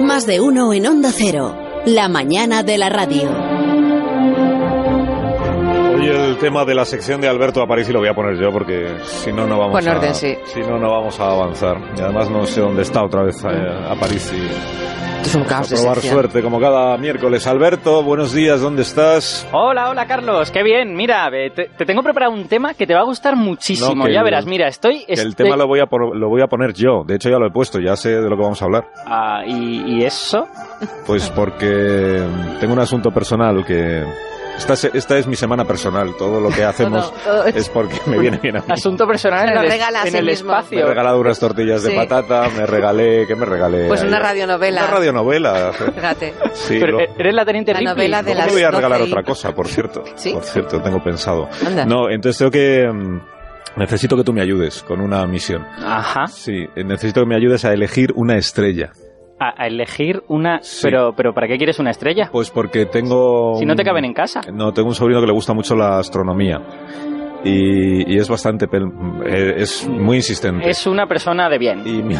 Más de uno en Onda Cero. La mañana de la radio. Hoy el tema de la sección de Alberto Aparici lo voy a poner yo porque si no no vamos Pon a orden, sí. si no no vamos a avanzar. Y además no sé dónde está otra vez eh, Aparici. Es un A caos de probar sección. suerte como cada miércoles. Alberto, buenos días, ¿dónde estás? Hola, hola Carlos, qué bien. Mira, ve, te, te tengo preparado un tema que te va a gustar muchísimo. No, que ya el- verás, mira, estoy. Que el este- tema lo voy a por- lo voy a poner yo. De hecho ya lo he puesto, ya sé de lo que vamos a hablar. Ah, ¿y, y eso? Pues porque mm, tengo un asunto personal que esta, se- esta es mi semana personal. Todo lo que hacemos este, Todo- todo- es porque me viene bien a mí. Asunto personal Se en lo el, es- regala a en sí el mismo. Me he espacio. regalado unas tortillas de Sí. patata, me regalé, ¿qué me regalé? Pues ahí? una radionovela. eh, Una radionovela. Fíjate. Sí, Pero, lo- eh, ¿Eres la teniente La Ripley? novela de Luego las me voy a regalar 12 y- otra cosa, por cierto. ¿Sí? Por cierto, tengo pensado. Anda. No, entonces tengo que... mm, Necesito que tú me ayudes con una misión. Ajá. Sí, eh, necesito que me ayudes a elegir una estrella. A, a elegir una. Sí. Pero, pero, ¿para qué quieres una estrella? Pues porque tengo... Si no te un- caben en casa. No, tengo un sobrino que le gusta mucho la astronomía. Y, y es bastante... pel- eh, Es muy insistente. Es una persona de bien. Y me,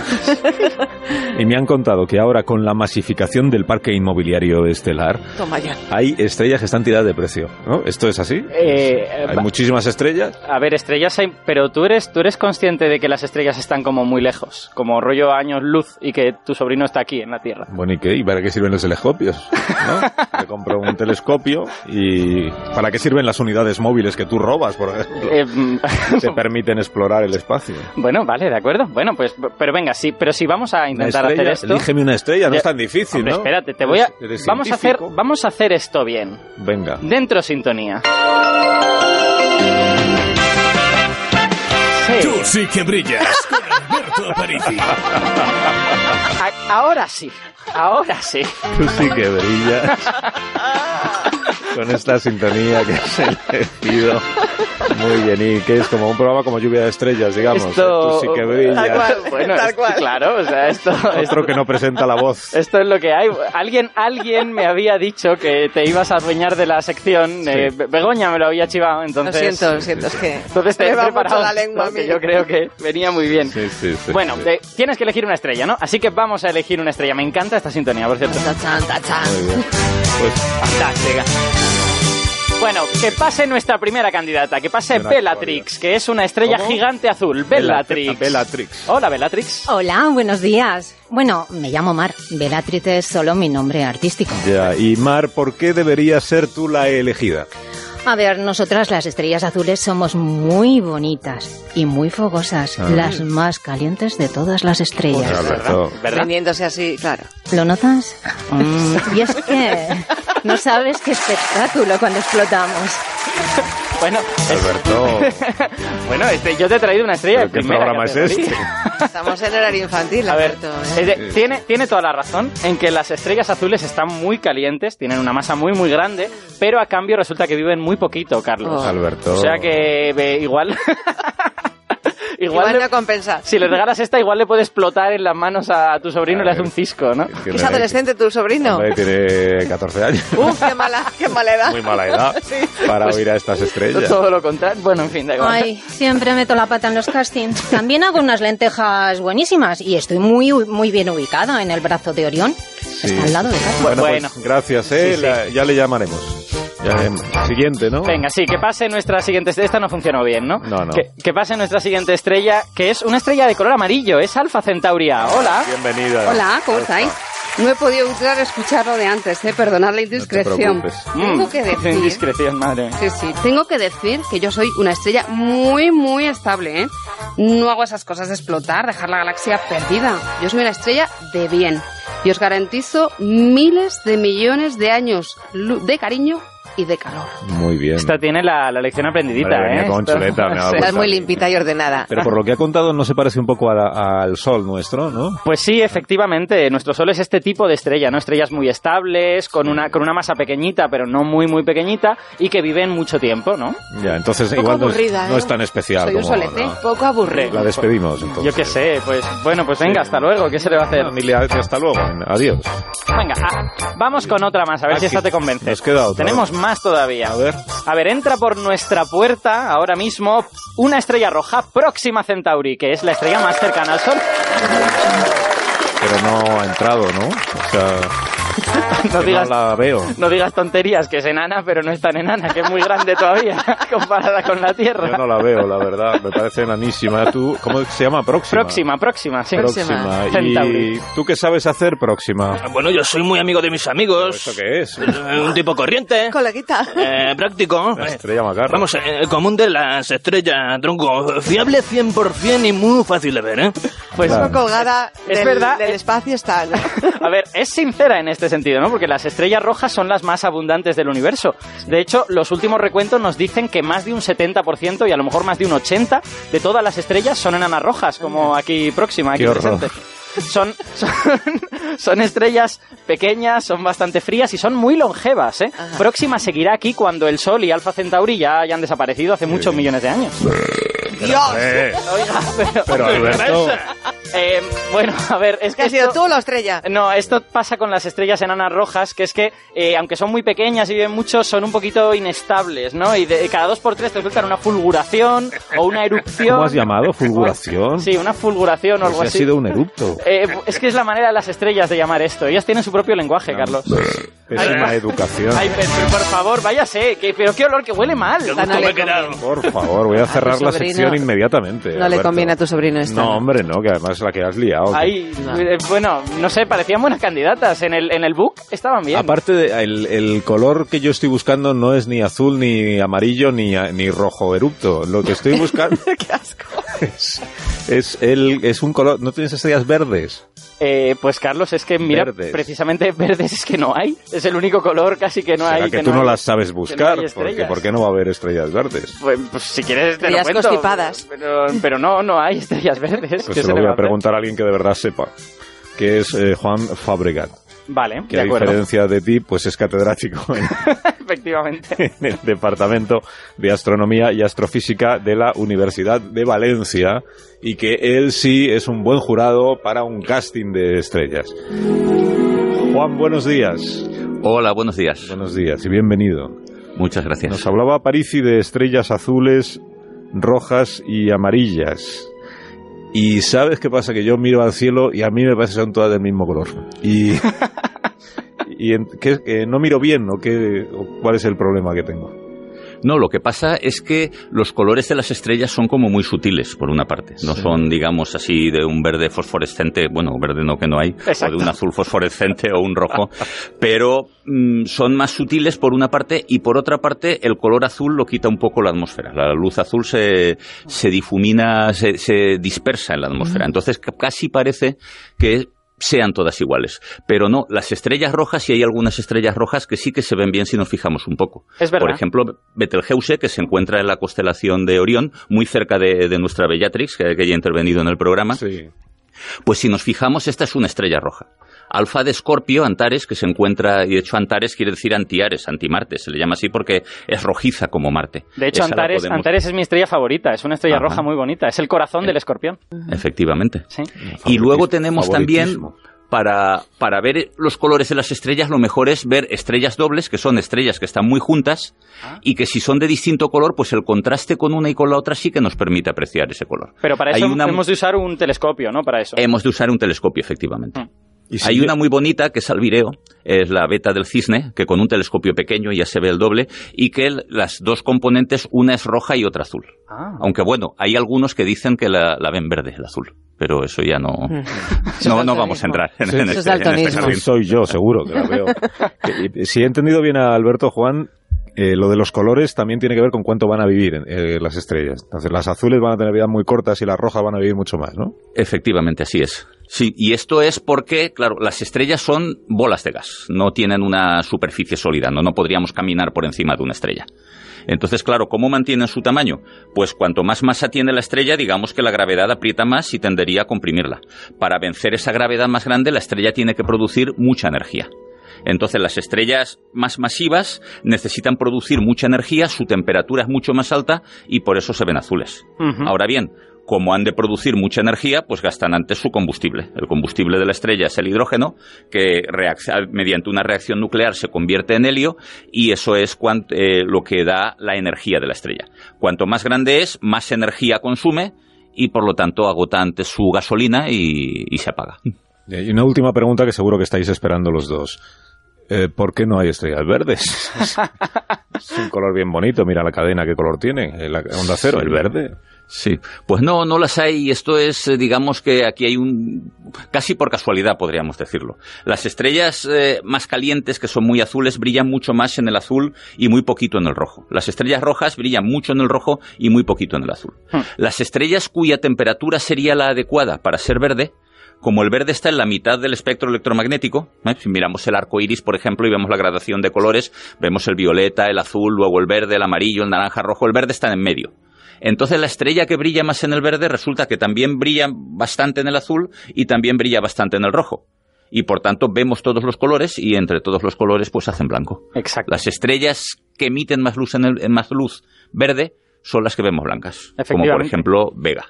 y me han contado que ahora con la masificación del parque inmobiliario estelar Toma ya. hay estrellas que están tiradas de precio. ¿no? ¿Esto es así? Eh, hay va- muchísimas estrellas. A ver, estrellas hay, pero tú eres, tú eres consciente de que las estrellas están como muy lejos, como rollo años luz y que tu sobrino está aquí en la Tierra. Bueno, ¿y qué? ¿Y para qué sirven los telescopios? ¿No? Te compro un telescopio y ¿para qué sirven las unidades móviles que tú robas, por ejemplo? Eh, mm, Te permiten explorar el espacio. Bueno, vale, de acuerdo. Bueno, pues, pero venga, sí, pero si vamos a Una intentar hacer estrella, esto. Elígeme una estrella, no Ya- es tan difícil, Hombre, ¿no? espérate, te voy a. Eres- eres Vamos a, hacer, científico. vamos a hacer esto bien. Venga. Dentro sintonía. Sí, Tú sí que brillas con Alberto Aparici. a- ahora sí, ahora sí. Tú sí que brillas. Con esta sintonía que has elegido. Muy bien, y que es como un programa como lluvia de estrellas, digamos. Eh, esto. Tú sí que brillas. Bueno, tal esto- cual. claro, o sea, esto. esto- Otro que no presenta la voz. Esto es lo que hay. Alguien, alguien me había dicho que te ibas a adueñar de la sección. Sí. Eh, Be- Begoña me lo había chivado, Lo entonces. siento, lo siento. Es que Entonces te me he va preparado mucho la lengua a esto, que mí. yo creo que venía muy bien. Sí, sí, sí. Bueno, sí. eh, tienes que elegir una estrella, ¿no? Así que vamos a elegir una estrella. Me encanta esta sintonía, por cierto. Ta, chan, ta, chan. Muy bien. Pues, Fantástica. Bueno, que pase nuestra primera candidata, que pase Gran Bellatrix, que es una estrella ¿Cómo? gigante azul. Bellatrix. Bellatrix. Oh, Hola, Bellatrix. Hola, buenos días. Bueno, me llamo Mar. Beatriz es solo mi nombre artístico. ya, y Mar, ¿por qué deberías ser tú la elegida? A ver, nosotras las estrellas azules somos muy bonitas y muy fogosas, Ah. las más calientes de todas las estrellas. Pues, Alberto. ¿Verdad? Vendiéndose así, claro. ¿Lo notas? Mm, y es que no sabes qué espectáculo cuando explotamos. Bueno, es- Alberto, bueno este, yo te he traído una estrella. de ¿pero ¿qué primera programa es categoría. este? Estamos en horario infantil, A ver, Alberto. es ¿eh? de- tiene, tiene toda la razón en que las estrellas azules están muy calientes, tienen una masa muy, muy grande, pero a cambio resulta que viven muy poquito, Carlos. Oh. Alberto. O sea que ve, igual... Igual, igual le- no compensas. si le regalas esta, igual le puede explotar en las manos a tu sobrino y le hace un cisco, ¿no? Tiene- Que es adolescente tu sobrino. Hombre, tiene 14 años. Uf, qué mala, qué mala edad. Muy mala edad para Pues oír a estas estrellas. Todo lo contrario. Bueno, en fin, da igual. Ay, siempre meto la pata en los castings. También hago unas lentejas buenísimas y estoy muy, muy bien ubicada en el brazo de Orión. Está al lado de casa. Bueno, pues, Bueno. gracias, ¿eh? Sí, sí. La- ya le llamaremos. Ya le- Siguiente, ¿no? Venga, sí, que pase nuestra siguiente estrella. Esta no funcionó bien, ¿no? No, no. Que, que pase nuestra siguiente estrella, que es una estrella de color amarillo, es Alfa Centauri A. Hola. Bienvenida. Hola, ¿cómo estáis? No he podido entrar a escuchar lo de antes, ¿eh? Perdonad la indiscreción. preocupes. tengo que Mm, decir... Indiscreción, madre. mía. Sí, sí, tengo que decir que yo soy una estrella muy, muy estable, ¿eh? No hago esas cosas de explotar, dejar la galaxia perdida. Yo soy una estrella de bien. Y os garantizo miles de millones de años lu- de cariño y de calor. Muy bien. Esta tiene la, la lección aprendidita, Madre, venía ¿eh? con Esto- chuleta, me va a Estás gustar. muy limpita y ordenada. Pero por lo que ha contado, no se parece un poco a la- al sol nuestro, ¿no? Pues sí, efectivamente, nuestro Sol es este tipo de estrella, ¿no? Estrellas muy estables, con una, con una masa pequeñita, pero no muy, muy pequeñita, y que viven mucho tiempo, ¿no? Ya, entonces poco igual no, es- aburrida, no ¿eh? es tan especial. soy un como, solete, ¿no? poco aburrido. La despedimos, entonces. Pues Yo qué sé, pues bueno, pues venga, hasta luego, ¿qué se le va a hacer? Emilia, hasta luego. Adiós. Venga, ah, vamos con otra más, a ver si Aquí. esta te convence. Nos queda otra. Tenemos más todavía. A ver. A ver, entra por nuestra puerta ahora mismo una estrella roja próxima a Centauri, que es la estrella más cercana al Sol. pero no ha entrado, ¿no? O sea, No que digas, no la veo. no digas tonterías, que es enana, pero no es tan enana, que es muy grande todavía, comparada con la Tierra. Yo no la veo, la verdad. Me parece enanísima. ¿Tú, ¿Cómo se llama? Próxima. Próxima, próxima, sí. Próxima. Centauri. ¿Y tú qué sabes hacer, Próxima? Ah, Bueno, yo soy muy amigo de mis amigos. Pues ¿Eso qué es? Eh, Un tipo corriente. Coleguita. eh, práctico. La estrella macarra. Vamos, eh, el común de las estrellas, tronco. Fiable 100% y muy fácil de ver, ¿eh? Pues Claro. Una colgada Es del, verdad, del es- espacio está. ¿no? A ver, es sincera en este sentido, ¿no? Porque las estrellas rojas son las más abundantes del universo. De hecho, los últimos recuentos nos dicen que más de un 70% y a lo mejor más de un 80% de todas las estrellas son enanas rojas, como aquí próxima, aquí Qué horror. presente. Son, son, son estrellas pequeñas, son bastante frías y son muy longevas. ¿eh? Ajá. Próxima seguirá aquí cuando el Sol y Alfa Centauri ya hayan desaparecido hace muchos millones de años. Dios. Eh, Oiga, pero- pero Alberto, eh, bueno, a ver, es ¿Qué que has sido esto- tú la estrella? no, esto pasa con las estrellas enanas rojas, que es que, eh, aunque son muy pequeñas y viven mucho, son un poquito inestables, ¿no? Y de, cada dos por tres te sueltan una fulguración o una erupción. ¿cómo has llamado? ¿Fulguración? Sí, una fulguración o Pues algo ha así. sido un erupto. Eh, es que es la manera de las estrellas de llamar esto. Ellas tienen su propio lenguaje, Carlos. Es eh, una educación. Ay, pero, pero por favor, váyase, que, pero qué olor, que huele mal. Qué gusto me he alegre quedado. Por favor, voy a cerrar la sobrino sección inmediatamente. No le Alberto. conviene a tu sobrino esto. No, hombre, no, que además es la que has liado. Ahí, eh, bueno, no sé, parecían buenas candidatas. En el, en el book estaban bien. Aparte, de- el, el color que yo estoy buscando no es ni azul, ni amarillo, ni, a- ni rojo erupto. Lo que estoy buscando Qué asco. es, es el, es un color... ¿No tienes estrellas verdes? Eh, pues Carlos, es que mira, Verdes. precisamente verdes es que no hay. Es el único color casi que no ¿Será hay. que, tú no, hay. las sabes buscar? hay porque estrellas. ¿Por qué no va a haber estrellas verdes? Pues, pues si quieres te lo Estrellas cuento. constipadas. Pero, pero no, no hay estrellas verdes. Pues ¿Qué se se lo le voy va a hacer? preguntar a alguien que de verdad sepa. Que es eh, Juan Fabregat. Vale, Que de a acuerdo. diferencia de ti, pues es catedrático en- Efectivamente. en el Departamento de Astronomía y Astrofísica de la Universidad de Valencia y que él sí es un buen jurado para un casting de estrellas. Juan, buenos días. Hola, buenos días. Buenos días y bienvenido. Muchas gracias. Nos hablaba Parisi de estrellas azules, rojas y amarillas. Y sabes qué pasa, que yo miro al cielo y a mí me parece que son todas del mismo color. Y, y en- ¿qué- eh, no miro bien o, qué, o cuál es el problema que tengo. No, lo que pasa es que los colores de las estrellas son como muy sutiles, por una parte. No son, digamos, así de un verde fosforescente, bueno, verde no que no hay, Exacto. o de un azul fosforescente o un rojo, pero mm, son más sutiles por una parte y por otra parte el color azul lo quita un poco la atmósfera. La luz azul se, se difumina, se, se dispersa en la atmósfera. Entonces ca- casi parece que sean todas iguales. Pero no, las estrellas rojas, y hay algunas estrellas rojas que sí que se ven bien si nos fijamos un poco. Es verdad. Por ejemplo, Betelgeuse, que se encuentra en la constelación de Orión, muy cerca de, de nuestra Bellatrix, que, que ya ha intervenido en el programa, Sí. pues si nos fijamos, esta es una estrella roja. Alfa de Escorpio, Antares, que se encuentra, y de hecho Antares quiere decir antiares, antimarte, se le llama así porque es rojiza como Marte. De hecho, Esa la Antares, podemos- Antares es mi estrella favorita. Es una estrella Ajá. roja muy bonita. Es el corazón Eh. del escorpión. Efectivamente. Sí. Y luego Favoritis- tenemos también, favoritismo. para, para ver los colores de las estrellas, lo mejor es ver estrellas dobles, que son estrellas que están muy juntas Ah. y que si son de distinto color, pues el contraste con una y con la otra sí que nos permite apreciar ese color. Pero para Hay eso una- hemos de usar un telescopio, ¿no? Para eso. Eh, Hemos de usar un telescopio, efectivamente. Y si Hay yo- una muy bonita que es Alvireo, es la beta del cisne, que con un telescopio pequeño ya se ve el doble, y que el- las dos componentes, una es roja y otra azul. Ah. Aunque bueno, hay algunos que dicen que la, la ven verde, el azul. Pero eso ya no, no, no vamos a entrar en, Sí, en eso este, es en este daltonismo. jardín. Soy yo, seguro, que la veo. Que- eh, si he entendido bien a Alberto Juan, eh, lo de los colores también tiene que ver con cuánto van a vivir eh, las estrellas. Entonces, las azules van a tener vidas muy cortas y las rojas van a vivir mucho más, ¿no? Efectivamente, así es. Sí, y esto es porque, claro, las estrellas son bolas de gas, no tienen una superficie sólida, no, no podríamos caminar por encima de una estrella. Entonces, claro, ¿cómo mantienen su tamaño? Pues cuanto más masa tiene la estrella, digamos que la gravedad aprieta más y tendería a comprimirla. Para vencer esa gravedad más grande, la estrella tiene que producir mucha energía. Entonces las estrellas más masivas necesitan producir mucha energía, su temperatura es mucho más alta y por eso se ven azules. Ujú. Ahora bien, como han de producir mucha energía, pues gastan antes su combustible. El combustible de la estrella es el hidrógeno, que reacc- mediante una reacción nuclear se convierte en helio y eso es cuan- eh, lo que da la energía de la estrella. Cuanto más grande es, más energía consume y por lo tanto agota antes su gasolina y- y se apaga. Eh, Y una última pregunta que seguro que estáis esperando los dos. Eh, ¿Por qué no hay estrellas verdes? es un color bien bonito, mira la cadena, qué color tiene. Eh, La onda cero, Sí. el verde. Sí, pues no, no las hay. y Esto es, eh, digamos que aquí hay un. casi por casualidad podríamos decirlo. Las estrellas eh, más calientes, que son muy azules, brillan mucho más en el azul y muy poquito en el rojo. Las estrellas rojas brillan mucho en el rojo y muy poquito en el azul. Hmm. Las estrellas cuya temperatura sería la adecuada para ser verde. Como el verde está en la mitad del espectro electromagnético, ¿eh? si miramos el arco iris, por ejemplo, y vemos la gradación de colores, vemos el violeta, el azul, luego el verde, el amarillo, el naranja, rojo, el verde está en medio. Entonces la estrella que brilla más en el verde resulta que también brilla bastante en el azul y también brilla bastante en el rojo. Y por tanto vemos todos los colores y entre todos los colores pues hacen blanco. Exacto. Las estrellas que emiten más luz, en el- en más luz verde son las que vemos blancas. Como por Efectivamente. Ah. ejemplo Vega,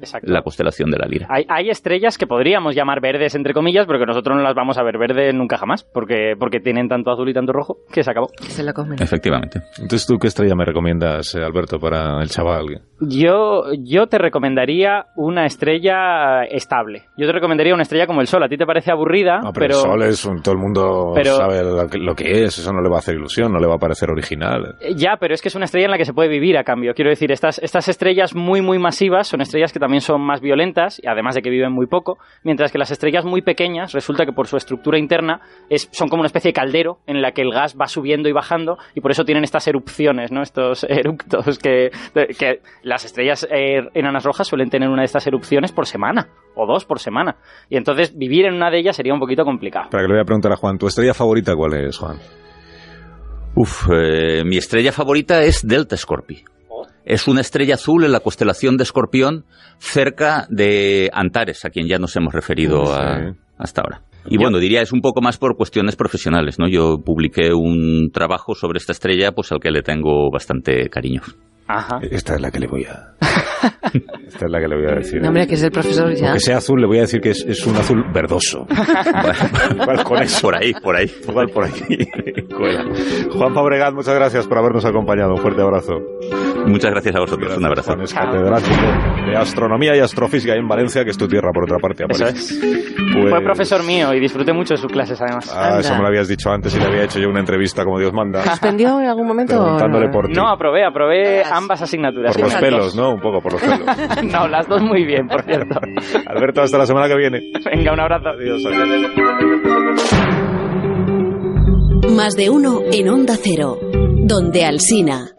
Exacto. la constelación de la lira. Hay, hay estrellas que podríamos llamar verdes, entre comillas, pero que nosotros no las vamos a ver verdes nunca jamás, porque, porque tienen tanto azul y tanto rojo que se acabó. Que se la comen. Efectivamente. Entonces, ¿tú qué estrella me recomiendas, eh, Alberto, para el chaval? Yo, yo te recomendaría una estrella estable. Yo te recomendaría una estrella como el Sol. A ti te parece aburrida, No, pero, Ah, pero... el sol es un- todo el mundo pero- sabe lo que, lo que es, eso no le va a hacer ilusión, no le va a parecer original. Eh, Ya, pero es que es una estrella en la que se puede vivir a cambio. Quiero decir, estas, estas estrellas muy, muy masivas son estrellas que también son más violentas, y además de que viven muy poco, mientras que las estrellas muy pequeñas resulta que por su estructura interna es, son como una especie de caldero en la que el gas va subiendo y bajando, y por eso tienen estas erupciones, ¿no? estos eructos que, que las estrellas eh, enanas rojas suelen tener una de estas erupciones por semana, o dos por semana. Y entonces vivir en una de ellas sería un poquito complicado. Para que le voy a preguntar a Juan, ¿tu estrella favorita cuál es, Juan? Uf, eh, mi estrella favorita es Delta Scorpi. Es una estrella azul en la constelación de Escorpión, cerca de Antares, a quien ya nos hemos referido a- Sí. hasta ahora. Y bueno, diría es un poco más por cuestiones profesionales, ¿no? Yo publiqué un trabajo sobre esta estrella, pues al que le tengo bastante cariño. Ajá. Esta es la que le voy a... Esta es la que le voy a decir. No, hombre, que es el profesor ya. Aunque sea azul, le voy a decir que es, es un azul verdoso. Igual con eso. Por ahí, por ahí. Igual por aquí. Cuela. Juan Fabregat, muchas gracias por habernos acompañado. Un fuerte abrazo. Muchas gracias a Gracias, vosotros. un abrazo. Juan, es catedrático de astronomía y astrofísica en Valencia, que es tu tierra, por otra parte. Eso Aparicio. es. Pues- Fue profesor mío y disfruté mucho de sus clases, además. Ah, eso Anda. me lo habías dicho antes y le había hecho yo una entrevista como Dios manda, ¿Suspendió en algún momento? o no? preguntándole por ti. No, aprobé, aprobé Todas. ambas asignaturas. por los Las pelos, ¿no? Un poco por los pelos. dos. No, las dos muy bien, por cierto. Alberto, hasta la semana que viene. Venga, un abrazo. Adiós, adiós. Más de uno en Onda Cero, donde Alsina.